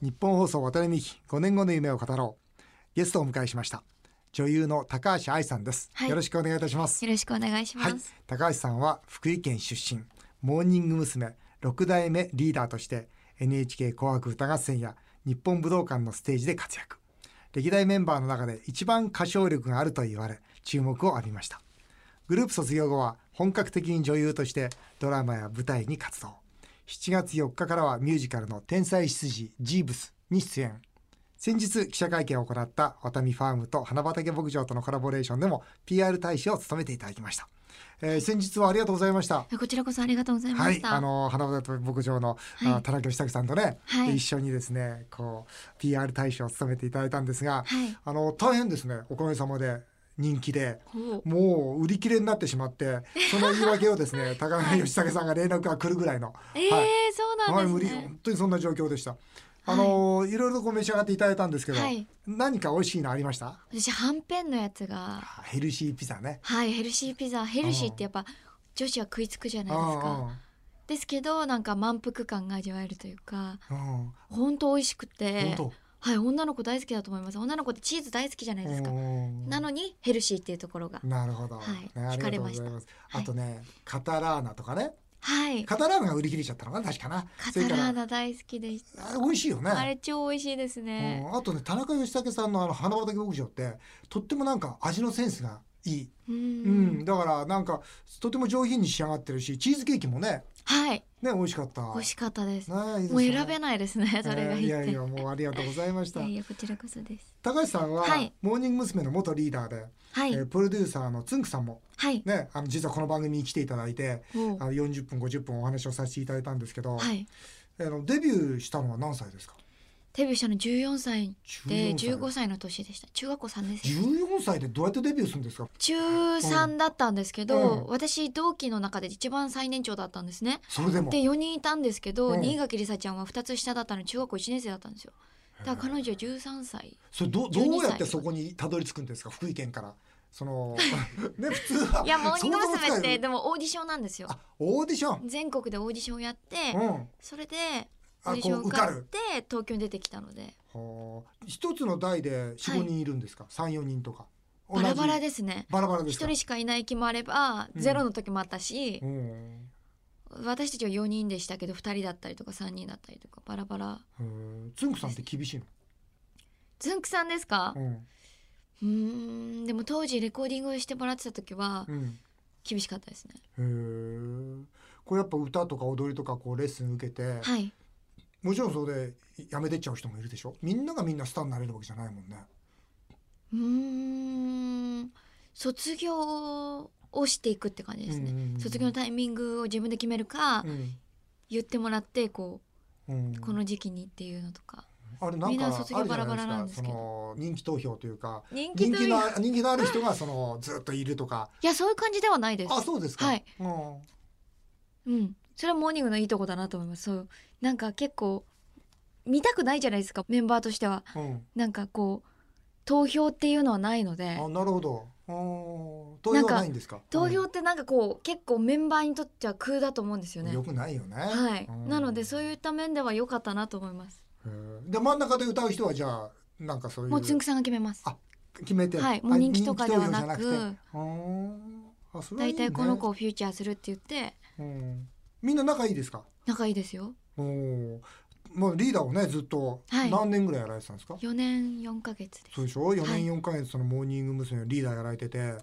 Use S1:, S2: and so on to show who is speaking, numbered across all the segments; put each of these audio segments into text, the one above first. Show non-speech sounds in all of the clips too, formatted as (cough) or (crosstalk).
S1: 日本放送渡辺美希5年後の夢を語ろうゲストをお迎えしました女優の高橋愛さんです、
S2: はい
S1: よろしくお願いいたします
S2: よろしくお願いしま
S1: はい
S2: す。、
S1: 高橋さんは福井県出身モーニング娘。6代目リーダーとして NHK 紅白歌合戦や日本武道館のステージで活躍歴代メンバーの中で一番歌唱力があると言われ注目を浴びましたグループ卒業後は本格的に女優としてドラマや舞台に活動7月4日からはミュージカルの「天才執事ジーブス」に出演先日記者会見を行ったワタミファームと花畑牧場とのコラボレーションでも PR 大使を務めていただきました、えー先日はありがとうございました
S2: こちらこそありがとうございま
S1: は
S2: し
S1: い、
S2: た。
S1: あの花畑牧場の、
S2: はい
S1: あ田中義作さんとね、
S2: はい
S1: で一緒にですねこう PR 大使を務めていただいたんですが、
S2: はい。
S1: あの大変ですねおかげさまで人気で
S2: ほう
S1: もう売り切れになってしまってその言い訳をです
S2: (laughs)
S1: ね高中義作さんが連絡が来るぐらいの、
S2: ええー
S1: はい
S2: そう
S1: は、
S2: ないん
S1: 無
S2: で
S1: 理
S2: すね。
S1: 本当にそんな状況でした。あのいろいろこう召し上がっていただいたんですけど、
S2: はい
S1: 何か美味しいのありました？
S2: 私はんぺんのやつが、
S1: あヘルシーピザね。
S2: はいヘルシーピザヘルシーってやっぱ女子は食いつくじゃないですか。ですけどなんか満腹感が味わえるというか、
S1: うんうんうん
S2: 本当美味しく
S1: 本
S2: て、
S1: 当
S2: はい女の子大好きだと思います。女の子ってチーズ大好きじゃないですか。
S1: うん
S2: なのにヘルシーっていうところが、
S1: なるほど、
S2: はい
S1: ねあり
S2: 惹
S1: が
S2: か
S1: と
S2: れ
S1: うご
S2: まし
S1: ざ
S2: た
S1: います。
S2: はい
S1: あとね、カタラーナとかね、
S2: はい。
S1: カタラーナが売り切れちゃったのかな確かな。
S2: カタラー
S1: それ
S2: ナ大好きでし
S1: からあ美味しいよね。
S2: た。あれ超美味しいですね。
S1: うんあとね田中義武さんのあの花畑牧場ってとってもなんか味のセンスがいい、
S2: うん。
S1: うん、だからなんかとても上品に仕上がってるしチーズケーキもね
S2: はい。
S1: ね美味しかった
S2: 美味しかったです。
S1: ねいいです
S2: もう選べ
S1: い
S2: ないですね。それがいいって。
S1: やいやもうありがとうございまし
S2: い
S1: た
S2: やいやこちらこそです。
S1: 高橋さんは、
S2: はい
S1: モーニング娘。の元リーダーで、
S2: はい、
S1: えープロデューサーのつんくさんも
S2: はい。
S1: ねあの実はこの番組に来ていただいて
S2: おう
S1: あの40分50分お話をさせていただいたんですけど、
S2: はい。
S1: あのデビューしたのは何歳ですか
S2: デビューしたの14歳で
S1: 14
S2: 15歳の年でした。中学校3年生。
S1: 14歳でどうやってデビューするんですか
S2: 中3だったんですけ
S1: う
S2: ど、
S1: ん
S2: 私同期の中で一番最年長だったんですね。
S1: それでも
S2: で4人いたんですけど、
S1: うん
S2: 新垣梨沙ちゃんは2つ下だったので中学校1年生だったんですよ。だから彼女は13歳。
S1: それど
S2: 12歳
S1: どうやってそこにたどり着くんですか福井県からそ
S2: (laughs)
S1: のね普通はい
S2: やモーニング
S1: 想像つか
S2: 娘。
S1: ない
S2: ってでもオーディションなんですよ。
S1: あオーディション
S2: 全国でオーディションをやって、
S1: うん
S2: それでオー
S1: あ
S2: ディ
S1: こ
S2: ション
S1: う
S2: 受
S1: 受
S2: か
S1: か
S2: っ
S1: る
S2: て東京に出てきたので
S1: はあ一つの代で四
S2: はい
S1: 五人いるんですか三四人とか
S2: バラバラ
S1: で
S2: ですね。
S1: バラバラです
S2: 一
S1: か
S2: 人しかいない気もあれば、
S1: うん
S2: ゼロの時もあったし、
S1: うん
S2: 私たちは4人でしたけど2人だったりとか3人だったりとかバラバラ
S1: へえつんくさんって厳しいの
S2: ズンクさんですか
S1: うん
S2: うーんでも当時レコーディングをしてもらってた時は
S1: うん
S2: 厳しかったですね、
S1: へえこれやっぱ歌とか踊りとかこうレッスン受けて
S2: はい
S1: もちろんそれでやめてっちゃう人もいるでしょみんながみんなスターになれるわけじゃないもんね
S2: うーん卒業をしていくって感じですね、
S1: うんうんうん
S2: 卒業のタイミングを自分で決めるか、
S1: うん
S2: 言ってもらってこ
S1: うん
S2: うこの時期にっていうのとか
S1: あれなんか
S2: みんな
S1: ある
S2: 卒
S1: じゃ
S2: 業バラバラな
S1: なんいで
S2: で
S1: すす
S2: け
S1: か。
S2: ど
S1: その人気投票というか、
S2: 人気
S1: 人
S2: と
S1: 気
S2: いう
S1: の人気のある人がそのずっといるとか。
S2: いやそういう感じではない (laughs) です
S1: あ、そうですか。
S2: はい
S1: うん。
S2: うん、それはモーニングのいいとこだなと思いますそうなんか結構見たくないじゃないですかメンバーとしては
S1: うん。
S2: なんかこう投票っていうのはないので
S1: あ、なるほど。うん。投票はないんですか。
S2: 投票
S1: うん
S2: ってなんかこう結構メンバーにとっては空だと思うんですよね
S1: よくないよね。
S2: はい、
S1: うん
S2: なのでそういった面では良かったなと思います
S1: へえで真ん中で歌う人はじゃあなんかそういう
S2: もうつんくさんが決めます
S1: あ決めて、
S2: はい
S1: あ
S2: もう人気とかではな
S1: 人気
S2: く
S1: 投票じゃなくてうん。あ、それはいい
S2: 大
S1: ね。
S2: 体この子をフューチャーするって言って
S1: うん。みんな仲いいですか。
S2: 仲いいですよ
S1: うん。まあリーダーをねずっと
S2: はい
S1: 何年ぐらいやられてたんですか。
S2: 4年4ヶ月です
S1: そうでしょ4年4ヶ月そのモーニング娘。のリーダーやられてて、
S2: はい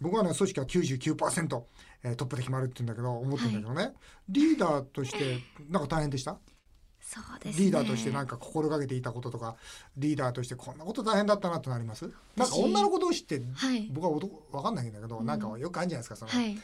S1: 僕はね組織は99%、えートップで決まるって言うんだけど思ってるんだけどね、リーダーとしてなんか大変でした
S2: そうですね
S1: リーダーとしてなんか心がけていたこととかリーダーとしてこんなこと大変だったなってのありますなんか女の子同士って
S2: はい
S1: 僕は男わかんないんだけど、
S2: うん
S1: なんかよくあるんじゃないですかその、
S2: はい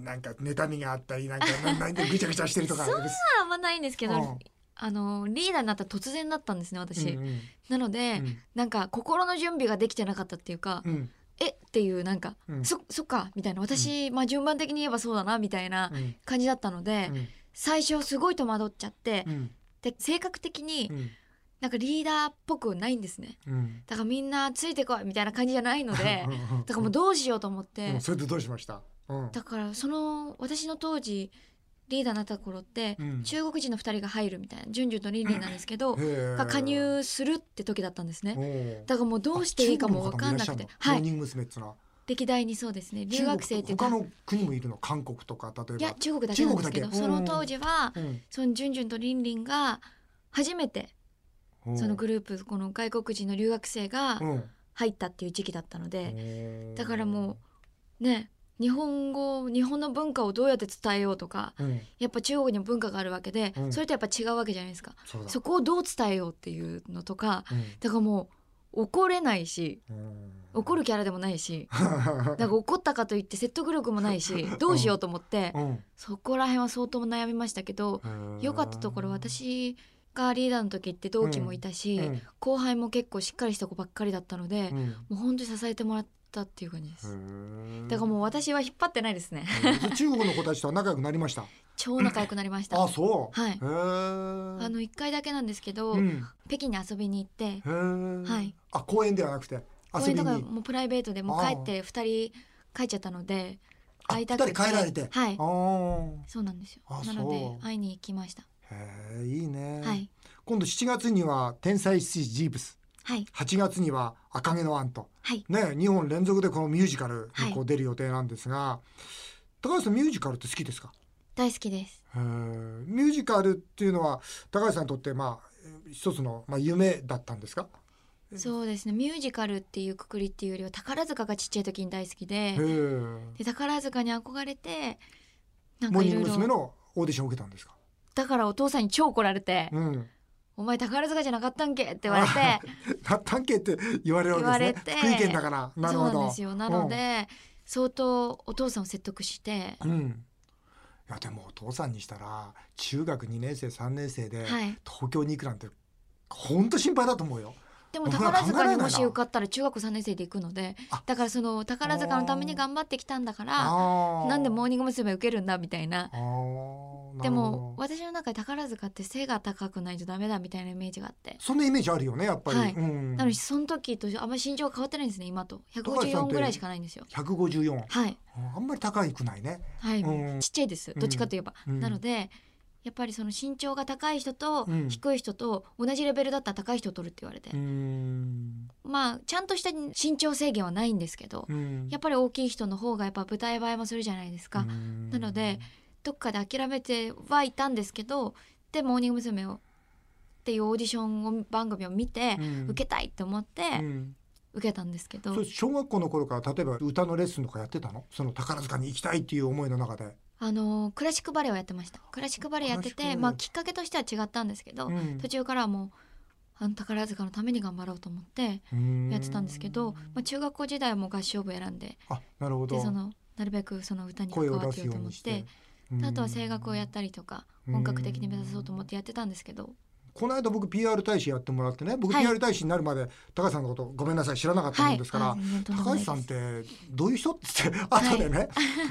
S1: なんか妬みがあったりなんか何でぐちゃぐちゃしてるとか
S2: そうあんまないんですけど、
S1: うん
S2: あのリーダーになったら突然だったんですね私、
S1: うんうん
S2: なので、なんか心の準備ができてなかったっていうか、
S1: うんうん
S2: えっていうなんか、
S1: うん
S2: そそっかみたいな私、まあ順番的に言えばそうだなみたいな
S1: うん
S2: 感じだったので、
S1: うん
S2: 最初すごい戸惑っちゃって、
S1: うん
S2: で性格的に
S1: うん
S2: なんかリーダーっぽくないんですね
S1: うん
S2: だからみんなついてこいみたいな感じじゃないので (laughs) だからもうどうしようと思って、
S1: うんそれでどうしました、うん
S2: だからその私の当時リーダーになった頃って、
S1: うん
S2: 中国人の2人が入るみたいなジュンジュンとリンリンなんですけど
S1: へ
S2: が
S1: ー
S2: 加入するって時だったんですね
S1: おう
S2: だからもうどうしていいかも分かんなくて
S1: あ中国の方もいらっしゃるのモ
S2: は
S1: ー
S2: い
S1: ニング娘。っていうのは
S2: 歴代にそうですね留学生っていう
S1: 中
S2: か
S1: 国他の国もいるの韓国とか例えば
S2: いや中国だけなんですけど
S1: 中国だけ
S2: その当時は
S1: うん
S2: そのジュンジュンとリンリンが初めて
S1: おう
S2: そのグループこの外国人の留学生が
S1: うん
S2: 入ったっていう時期だったので
S1: おう
S2: だからもね日本語日本の文化をどうやって伝えようとか
S1: うん
S2: やっぱ中国にも文化があるわけで、
S1: うん
S2: それとやっぱ違うわけじゃないですか
S1: そうだ
S2: そこをどう伝えようっていうのとか
S1: うん
S2: だからもう怒れないし
S1: うん
S2: 怒るキャラでもないしだから怒ったかといって説得力もないしどうしようと思って
S1: うん
S2: そこら辺は相当悩みましたけど良かったところ私がリーダーの時って同期もいたし、
S1: うん
S2: 後輩も結構しっかりした子ばっかりだったので、
S1: う
S2: も
S1: ん
S2: う本当に支えてもらったっていう感じです、
S1: へー
S2: だからもう私は引っ張ってないですね
S1: うん中国の子たちとは仲良くなりま
S2: (laughs)
S1: した。
S2: 超仲良くなりました
S1: あ、そう。
S2: はい
S1: へー
S2: あの1回だけなんですけど、
S1: うん。へ
S2: 北京に遊びに行って
S1: ー
S2: はい。
S1: あ、公園ではなくて
S2: 公
S1: 遊
S2: 園
S1: び
S2: とか
S1: に。
S2: もうプライベートでもう
S1: ああ
S2: 帰って2人帰っちゃったので
S1: あ
S2: 会いたくて
S1: 二人帰られて
S2: はい
S1: あー
S2: そうなんですよ
S1: あ
S2: なので
S1: そう
S2: 会いに行きました、
S1: へーいいね。
S2: はい
S1: 今度7月には天才七ジープス、
S2: はい
S1: 8月には赤毛のアンと、
S2: はい
S1: ね、2本連続でこのミュージカルにこう出る予定なんですが、高橋さんミュージカルって好きですか？
S2: 大好きです
S1: へーミュージカルっていうのは高橋さんにとってまあえー一つのまあ夢だったんですか？
S2: そうですねミュージカルっていうくくりっていうよりは宝塚がちっちゃい時に大好きで
S1: へー
S2: で宝塚に憧れてなん
S1: モ
S2: か
S1: ー
S2: い
S1: ニン
S2: ろ
S1: グ
S2: い
S1: 娘。
S2: ろ
S1: のオーディションを受けたんですか。
S2: だからお父さんに超怒られて (laughs)
S1: うん。
S2: 「お前宝塚じゃなかったんけ?」って言われて
S1: な探検って言われるわけですね。
S2: 言われ
S1: 福
S2: て
S1: 井県だから。なるほ
S2: そうなん
S1: ど。
S2: ですよなので、相当お父さんを説得して、
S1: うん。うん。いやでもお父さんにしたら中学2年生3年生で
S2: はい
S1: 東京に行くなんて本当心配だと思うよ。
S2: でも
S1: 僕は
S2: 宝塚にも
S1: 考えられない
S2: し
S1: な
S2: 受かったら中学3年生で行くので
S1: あ
S2: だからその宝塚のために頑張ってきたんだから
S1: あ
S2: なんでモー
S1: う。
S2: ニング娘。受けるんだみたいな
S1: あー
S2: で
S1: なるほ
S2: も
S1: ど
S2: 私の中で宝塚って背が高くないとダメだみたいなイメージがあって
S1: そんなイメージあるよねやっぱり。
S2: はい
S1: うん。
S2: なのでその時とあんまり身長が変わってないんですね今と
S1: 高橋さん
S2: 154
S1: って
S2: ぐらいしかないんですよ
S1: 154。
S2: はい
S1: あんまり高いくないね。
S2: はい、
S1: うん
S2: ちっちゃいですどっちかといえば、
S1: うん
S2: なのでやっぱりその身長が高い人と
S1: うん
S2: 低い人と同じレベルだったら高い人を取るって言われて、
S1: うん。
S2: まあちゃんとした身長制限はないんですけど、
S1: うん。
S2: やっぱり大きい人の方がやっぱ舞台映えもするじゃないですか、
S1: うん
S2: なのでどっかで諦めてはいたんですけどで「モーニング娘。を」っていうオーディションを番組を見て、
S1: うん
S2: 受けたいって思って、
S1: うん
S2: 受けたんですけど
S1: そう小学校の頃から例えば歌のレッスンとかやってたのその宝塚に行きたいっていう思いの中で、
S2: あのークラシックバレエをやってましたクラシックバレエやっ
S1: ク
S2: て
S1: ラシッ
S2: て、
S1: クバレエ
S2: まあ、きっかけとしては違ったんですけど、
S1: うん
S2: 途中からはもうあの宝塚のために頑張ろうと思ってやってたんですけど、まあ、中学校時代はもう合唱部選んで
S1: あなるほど
S2: でそのなるべくその歌に関
S1: 声を
S2: わっ
S1: 出
S2: て
S1: す
S2: よう
S1: よ
S2: と
S1: う
S2: 思っ
S1: に
S2: て
S1: して
S2: あとは声楽をや
S1: っ
S2: ったりとか
S1: うん
S2: 本格的に目指そうと思ってやってたんですけど
S1: この間僕 PR 大使やってもらってね僕
S2: はい
S1: PR 大使になるまで高橋さんのことごめんなさい知らなかったもんですから、
S2: あ全然とんでも
S1: 高
S2: な
S1: 橋
S2: いです
S1: さんってどういう人って後で
S2: (laughs)
S1: ね、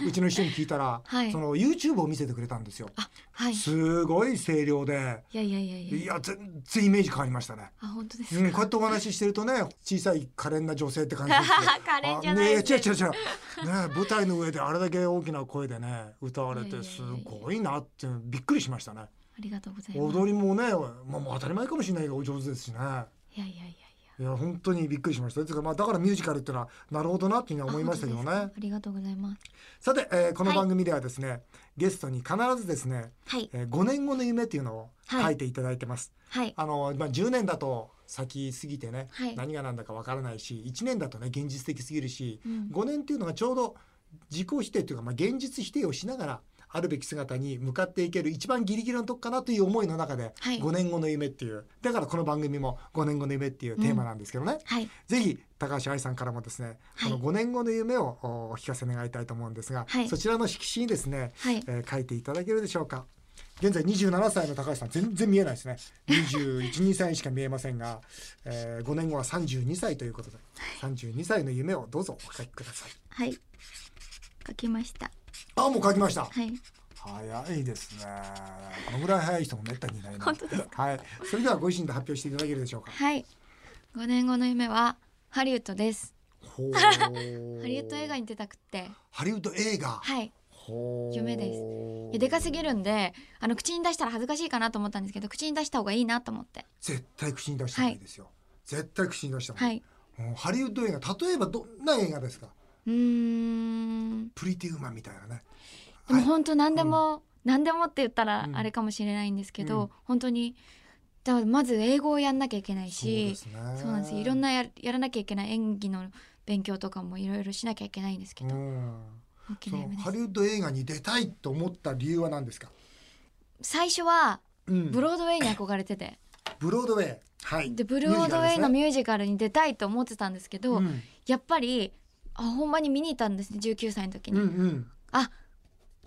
S1: うちの人に聞いたら、
S2: はい
S1: その YouTube を見せてくれたんですよ。
S2: あはいい
S1: すごい声量で
S2: やいやいやいや
S1: いや全然イメージ変わりましたね。
S2: あ本当です
S1: うん、こう
S2: か、
S1: やってお話ししてるとね小さい可憐な女性って感じですよ
S2: (laughs) 可憐じゃない
S1: あ
S2: です
S1: ねえ違う違う違う、ねえ、舞台の上であれだけ大きな声でね歌われ
S2: いや
S1: て
S2: いや
S1: す
S2: いやいや
S1: ごいなってびっくりしましたね
S2: ありがとうございます
S1: 踊りもね、まあ、もう当たり前かもしれないけどお上手ですしね
S2: いやいやいやいや
S1: いや本当にびっくりしましたですから、まあ、だからミュージカルってのはなるほどなっていうのは思いましたけど
S2: あ本
S1: ね
S2: 当ですかありがとうございます
S1: さて、えーこの
S2: はい
S1: 番組ではですね、ゲストに必ずですね、
S2: はい
S1: え5年後の夢っていうのを
S2: はい
S1: 書いていただいてます、
S2: はい
S1: あの、まあ、10年だと先過ぎてね、
S2: はい
S1: 何が何だかわからないし1年だとね現実的すぎるし、
S2: うん
S1: 5年っていうのがちょうど自己否定というか、まあ、現実否定をしながらあるべき姿に向かっていける一番ギリギリのとこかなという思いの中で、
S2: はい
S1: 5年後の夢っていうだからこの番組も「5年後の夢」っていうテーマなんですけどね、
S2: はい
S1: ぜひ高橋愛さんからもですね、
S2: はい
S1: この5年後の夢をおお聞かせ願いたいと思うんですが、
S2: はい
S1: そちらの色紙にですね、
S2: はい
S1: えー書いていただけるでしょうか現在27歳の高橋さん全然見えないですね212歳しか見えませんが、え5年後は32歳ということで32歳の夢をどうぞお書きください
S2: はい書きました
S1: あもう書きました
S2: はい
S1: 早いですねこのぐらい早い人もめったにいないな
S2: 本当です
S1: はい、それではご自身で発表していただけるでしょう
S2: (laughs)
S1: か
S2: はい5年後の夢はハリウッドです
S1: ほう
S2: ハリウッド映画に出たくって
S1: ハリウッド映画
S2: はい夢ですいやでかすぎるんであの口に出したら恥ずかしいかなと思ったんですけど口に出した方がいいなと思って
S1: 絶対口に出した方がいいですよ、絶対口に出した方が
S2: はい
S1: い、
S2: い
S1: もうハリウッド映画例えばどんな映画ですか
S2: うーん
S1: プリティウーマンみたいなね
S2: で
S1: は
S2: も
S1: い
S2: 本当何でも、何でもって言ったら
S1: うん
S2: あれかもしれないんですけ
S1: う
S2: ど、
S1: ん
S2: 本当にだからまず英語をやんなきゃいけない
S1: そうで
S2: し
S1: すね
S2: そうなんですいろんなややらなきゃいけない演技の勉強とかもいろいろしなきゃいけないんですけ
S1: う
S2: ど、
S1: ん
S2: 大き
S1: そ
S2: な
S1: の
S2: 夢で
S1: ハリウッド映画に出たいと思った理由は何ですか、
S2: す最初は
S1: うん
S2: ブロードウェイに憧れてて、
S1: ブロードウェイはい
S2: でブロードウェイの
S1: ミュ
S2: ミュージカルに出たいと思ってたんですけど、
S1: ージカルですね
S2: やっぱりあほんまに見に行ったんですね19歳の時に、
S1: うんうんうん
S2: あ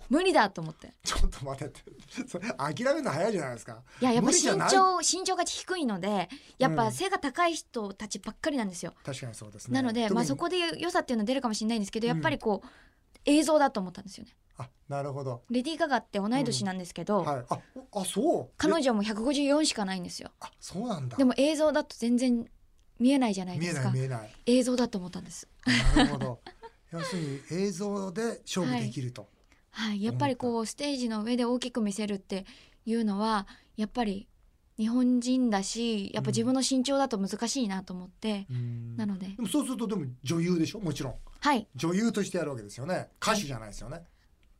S2: 無理だと思って
S1: ちょっと待って (laughs) ってそれ諦めるの早いじゃないですか
S2: いややっぱ
S1: 無理じゃ
S2: 身
S1: ない
S2: 長身長が低いのでやっ
S1: う
S2: ぱ
S1: ん
S2: 背が高い人たちばっかりなんですよ、
S1: 確かにそうですね
S2: なので、まあ、そ
S1: 特に
S2: こで良さっていうのは出るかもしれないんですけど
S1: う
S2: や
S1: ん
S2: っぱりこう、映像だと思ったんですよね
S1: あなるほど
S2: レディー・ガガって同い年なんですけど、
S1: はいあおあそう
S2: 彼
S1: え
S2: 女も154しかないんですよ
S1: あそうなんだ
S2: でも映像だと全然見えないじゃない
S1: 見
S2: で
S1: え
S2: す
S1: ない
S2: か
S1: 見えない
S2: 映像だと思ったんです
S1: なるほど (laughs) 要するに映像で勝負できると、
S2: はい、やっぱりこうステージの上で大きく見せるっていうのはやっぱり日本人だしやっぱ自分の身長だと難しいなと思って、
S1: うん
S2: なので
S1: でもそうするとでも女優でしょもちろん
S2: はい
S1: 女優としてやるわけですよね歌手じゃないですよね、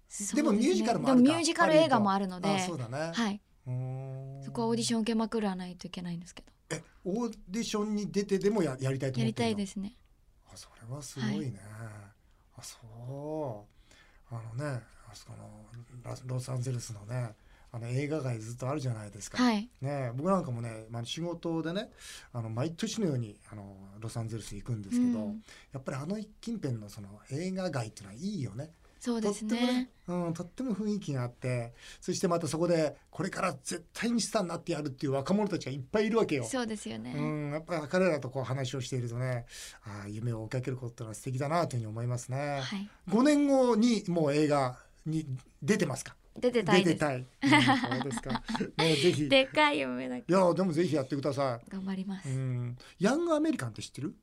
S2: そう
S1: も
S2: すね
S1: ミュージカルもあるか
S2: でミュージカル映画もあるので
S1: あそうだね、
S2: はい、
S1: うーん
S2: そこはオーディション受けまくらないといけないんですけど
S1: えオーディションに出てでもややりたいと
S2: や
S1: 思っ
S2: り
S1: てる
S2: たいですすね
S1: あそれはすごいね、あそうあのねあそこのラスロサンゼルスのねあの映画街ずっとあるじゃないですか、
S2: はい
S1: ね、僕なんかもね、まあ、仕事でねあの毎年のようにあのロサンゼルス行くんですけど、
S2: うん
S1: やっぱりあの近辺のその映画街っていうのはいいよね
S2: そうです
S1: とっても
S2: ね
S1: うん、とっても雰囲気があってそしてまたそこでこれから絶対にスターになってやるっていう若者たちがいっぱいいるわけよ。
S2: そうですよね、
S1: うん、やっぱり彼らとこう話をしているとねああ夢を追いかけることってのは素敵だなというふうに思いますね。
S2: はい
S1: 5年後にもう映画に出てますか
S2: 出てたい
S1: 出て
S2: です
S1: たい、うんそうです
S2: (laughs)
S1: か、ね、ぜひ
S2: でかい夢だけ
S1: いやでもぜひやってくださ
S2: 頑張りま
S1: い、
S2: す、
S1: うん、ヤングアメリカンって知ってる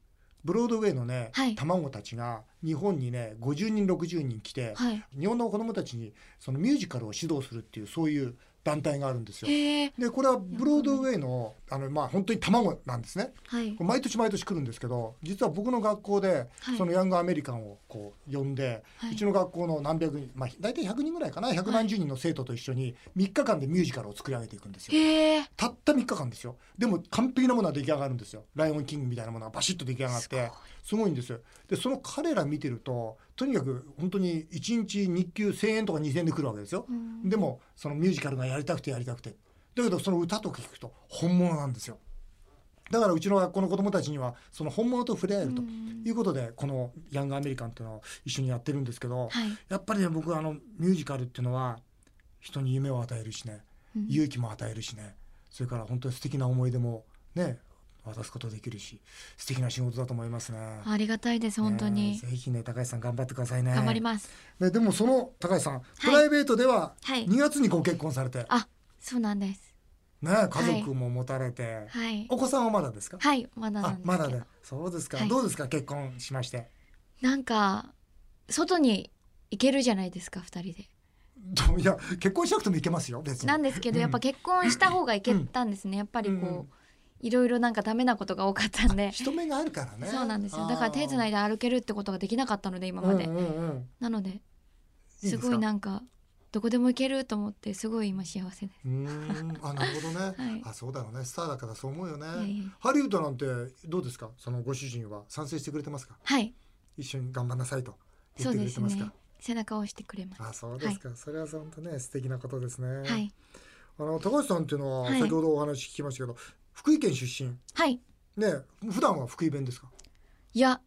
S1: ブロードウェイのね、
S2: はい
S1: 卵たちが日本にね50人60人来て、
S2: はい
S1: 日本の子どもたちにそのミュージカルを指導するっていうそういう団体があるんですよ。
S2: へえ
S1: でこれはブロードウェイのあの、まあ、本当に卵なんですね
S2: はい
S1: これ毎年毎年来るんですけど実は僕の学校で
S2: はい
S1: そのヤングアメリカンをこう呼んで、
S2: は
S1: う
S2: い
S1: ちの学校の何百人、まあ、大体100人ぐらいかな百何十人の生徒と一緒に3日間でミュージカルを作り上げていくんですよ。
S2: へえ
S1: たった3日間ですよでも完璧なものは出来上がるんですよライオンキングみたいなものがバシッと出来上がっ
S2: すごい
S1: てすごいんですよでその彼ら見てるととにかく本当に1日日給1,000円とか2,000円で来るわけですよ、
S2: うん
S1: でもそのミュージカルがやりたくてやりたくてだけどその歌とか聞くと本物なんですよだからうちの学校の子供たちにはその本物と触れ合えると
S2: うん
S1: いうことでこの「ヤングアメリカン」っていうのを一緒にやってるんですけど
S2: はい
S1: やっぱりね僕はあのミュージカルっていうのは人に夢を与えるしね
S2: うん
S1: 勇気も与えるしねそれから本当に素敵な思い出もね渡すことできるし素敵な仕事だと思いますね。
S2: ありがたいです本当
S1: ね
S2: に
S1: ぜひね高橋さん頑張ってくださいね。
S2: 頑張ります
S1: ねでもその高橋さん、プライベートでは
S2: はい
S1: 2月にご結婚されて、
S2: あそうなんです
S1: ね家族も持たれて、
S2: はい
S1: お子さんはまだですか？
S2: はいまだなん
S1: あ
S2: ですけど
S1: まだで、そうですか、
S2: はい
S1: どうですか結婚しまして。 (laughs)
S2: なんか外に行けるじゃないですか二人で
S1: どういや結婚しなくてもいけますよ別に。
S2: なんですけど、
S1: うん
S2: やっぱ結婚した方がいけたんですねやっぱり
S1: うんう
S2: こ
S1: ん
S2: ういろいろなんかダメなことが多かったんで
S1: 人目があるからね。
S2: そうなんですよだから手つないいで歩けるってことができなかったので今まで、
S1: うんうんうん
S2: なので
S1: いいです
S2: す
S1: か
S2: ごいなんかどこでも行けると思ってすごい今幸せで
S1: うーん、あ、なるほ
S2: (laughs)
S1: どね。
S2: い
S1: あ、そうだろうね。スターだからそう思うよね。
S2: いやいや
S1: ハリウッドなんてどうですか？そのご主人は賛成してくれてますか？
S2: はい
S1: 一緒に頑張んなさいと言
S2: そ
S1: ってく
S2: うで
S1: れて
S2: す
S1: ます
S2: ね
S1: か？
S2: 背中を押してくれます
S1: あ、そうですか。それは本当ね、素敵なことですね。
S2: はい
S1: あの高橋さんっていうのは
S2: はい
S1: 先ほどお話聞きましたけど、福井県出身。
S2: はい
S1: ね、普段は福井弁ですか？
S2: いや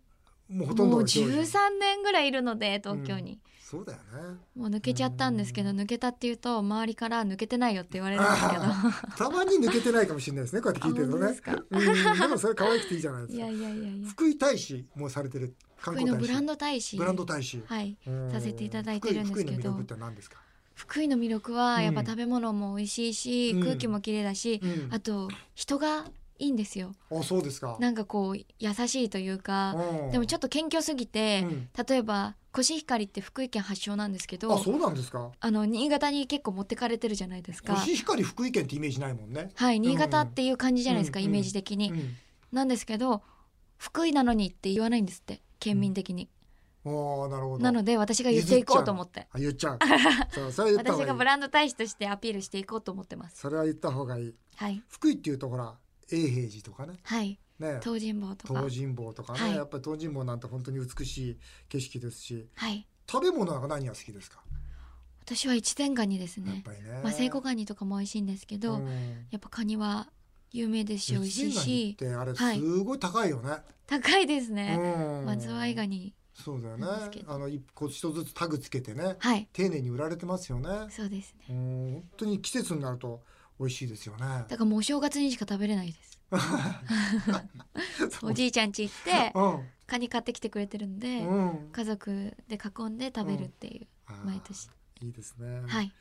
S1: もうほとん
S2: も
S1: ど
S2: う
S1: は上位
S2: 13年ぐらいいるので東京に、
S1: そうだよね。
S2: もう抜けちゃったんですけど
S1: う
S2: 抜けたっていうと周りから抜けてないよって言われるんですけど
S1: あーたまに抜けてないかもしれないですね。こうやって聞いてると
S2: あ本当
S1: ね
S2: ですか。
S1: うんでもそれ可愛くていいじゃないで
S2: い
S1: すか
S2: や。いやいやいや
S1: 福井大使もされてる観
S2: 福井
S1: 光
S2: の
S1: 大
S2: ブ
S1: 使
S2: ラン。ド大使
S1: ブランド大使。
S2: はい
S1: うん
S2: させていただいてるんですけ
S1: 福井福井の魅
S2: ど
S1: 力って何ですか。
S2: 福井の魅力はやっぱ
S1: うん
S2: 食べ物も美味しいし、
S1: うん
S2: 空気も綺麗だし、
S1: うん
S2: あと人がいいんですよ
S1: あそうですか
S2: なんかこう優しいというか
S1: うん
S2: でもちょっと謙虚すぎて、
S1: うん
S2: 例えばコシヒカリって福井県発祥なんですけ
S1: あ
S2: ど
S1: そうなんですか
S2: あの新潟に結構持ってかれてるじゃないです
S1: コ
S2: か
S1: シヒカリ福井県ってイメージないもんね、
S2: はい新潟っていう感じじゃないですか、
S1: うん
S2: イメージ的に、
S1: うん
S2: なんですけど福井なのにって言わないんですって県民的に、
S1: ああなるほど
S2: なので私が言っていこうと思って
S1: あ言っち
S2: (laughs)
S1: ゃうそうそれは言った
S2: 私
S1: 方
S2: がブ
S1: がいい
S2: ランド大使としてアピールしていこうと思ってます
S1: それは言った方がいい
S2: はい
S1: 福井っていうとほら永平寺とかね
S2: はい
S1: ね
S2: 東尋坊とか
S1: 東尋坊とかね、
S2: はい
S1: やっぱり東尋坊なんて本当に美しい景色ですし
S2: はい
S1: 食べ物なんか何が好きですか、
S2: 私は一点ガニです
S1: やっ
S2: ね
S1: ぱりね
S2: まあセイコガニとかも美味しいんですけど、
S1: うん
S2: やっぱカニは有名ですし美味しい
S1: 越前
S2: し
S1: ガニってあ
S2: は
S1: れ
S2: い
S1: すごい高いよね、
S2: 高いですね、
S1: うん
S2: まあズワイガニ
S1: そうだよね
S2: なんですけど
S1: あの一個一つずつタグつけてね
S2: はい
S1: 丁寧に売られてますよね
S2: そうですね
S1: うん本当に季節になると美味しいですよね
S2: だからもうお正月にしか食べれないですおじいちゃん家行って
S1: (laughs) うん
S2: カニ買ってきてくれてるんで、
S1: うん
S2: 家族で囲んで食べるっていう、
S1: あー
S2: 毎年
S1: いいですね、
S2: はい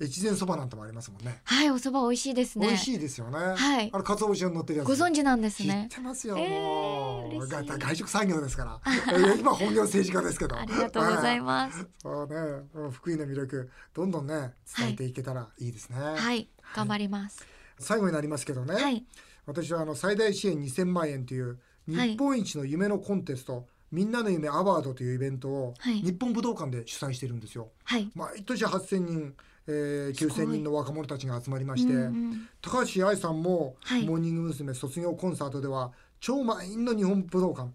S1: 越前そばなんてもありますもんね
S2: はいお蕎麦美味しいですね
S1: 美味しいですよね、
S2: はい
S1: あの鰹節の乗ってるやつ
S2: ご存知なんですね
S1: 知ってますよ、
S2: えー
S1: も
S2: 嬉
S1: う
S2: しい
S1: が外食産業ですから
S2: (laughs)
S1: いや今本業政治家ですけど
S2: ありがとうござい
S1: ま
S2: ます
S1: すそうねうん福井の魅力どんどんね伝えていけたらいいですね、
S2: はい頑張ります
S1: 最後になりますけどね、
S2: はい
S1: 私はあの最大支援2000万円という
S2: はい
S1: 日本一の夢のコンテスト、みんなの夢アワードというイベントを
S2: はい
S1: 日本武道館で主催してるんですよ。
S2: はい
S1: 毎年8000人、えー、
S2: すごい
S1: 9000人の若者たちが集まりまして、
S2: うんうん
S1: 高橋愛さんも、
S2: はい
S1: モーニング娘。卒業コンサートでは超満員の日本武道館、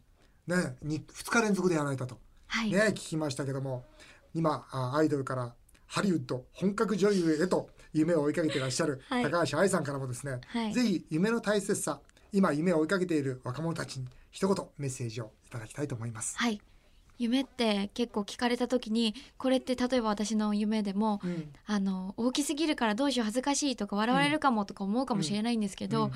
S1: ね、に2日連続でやられたと、
S2: はい、
S1: ね、聞きましたけども今あアイドルからハリウッド本格女優へと夢を追いかけていらっしゃる
S2: はい
S1: 高橋愛さんからもですね、
S2: はい
S1: ぜひ夢の大切さ今夢を追いかけている若者たちに一言メッセージをいただきたいと思います。
S2: はい夢って結構聞かれた時にこれって例えば私の夢でも
S1: うん
S2: あの大きすぎるからどうしよう恥ずかしいとか笑われるかもとか思うかもしれないんですけど、
S1: うん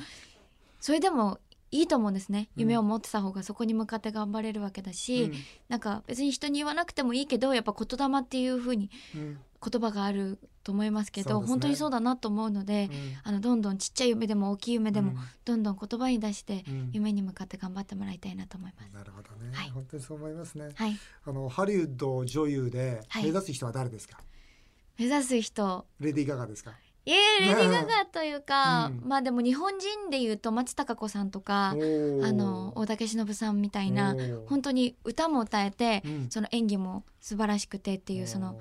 S2: それでもいいと思うんですね
S1: うん
S2: 夢を持ってた方がそこに向かって頑張れるわけだし、なんか別に人に言わなくてもいいけどやっぱ言霊っていう風に
S1: うんうん
S2: 言葉があると思いますけ
S1: そう
S2: ど
S1: ですね
S2: 本当にそうだなと思うので、
S1: うん
S2: あのどんどんちっちゃい夢でも大きい夢で
S1: う
S2: も、
S1: ん
S2: どんどん言葉に出して、
S1: うん
S2: 夢に向かって頑張ってもらいたいなと思います。
S1: なるほどね、
S2: はい
S1: 本当にそう思いますね。
S2: はい、
S1: あのハリウッド女優で
S2: はい
S1: 目指す人は誰ですか、
S2: 目指す人
S1: レディー・ガガですか
S2: いえレディー・ガガというか、
S1: うん
S2: まあでも日本人でいうと松たか子さんと
S1: あ
S2: かあの大竹しのぶさんみたいな本当に歌も歌えて、
S1: うん
S2: その演技も素晴らしくてっ
S1: 当
S2: ていうその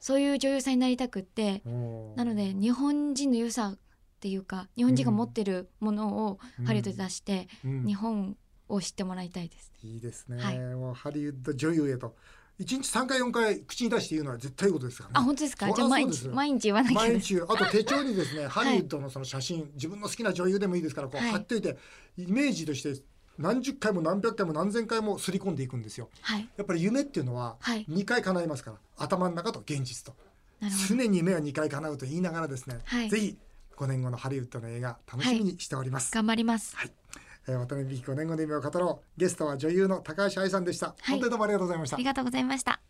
S2: そういう女優さんになりたくってなので日本人の良さっていうか日本人が持ってるものをハリウッドで出して、日本を知ってもらいたいです。
S1: いいですね、
S2: はい
S1: もうハリウッド女優へと一日三回四回口に出して言うのは絶対いいことですからね
S2: あ本当ですか
S1: そ
S2: じ
S1: り
S2: ゃ
S1: ゃ
S2: あ毎
S1: そうです
S2: 日
S1: よ
S2: 毎日言わなきゃ
S1: 毎
S2: です
S1: 日あと手帳にですね、ハ
S2: い
S1: リウッドのその写真自分の好きな女優でもいいですからこう
S2: はい
S1: 貼っておいて、イメージとして何十回も何百回も何千回も刷り込んでいくんですよ
S2: はい
S1: やっぱり夢っていうのは
S2: はい
S1: 2回叶いますから、頭の中と現実と
S2: なるほど
S1: 常に夢は2回叶うと言いながらですね、
S2: はい
S1: ぜひ5年後のハリウッドの映画楽しみにしております、
S2: 頑張ります。
S1: えー渡辺美希5年後の夢を語ろうゲストは女優の高橋愛さんでした、
S2: は
S1: 本
S2: い
S1: 当にどうもありがとうございました
S2: ありがとうございました。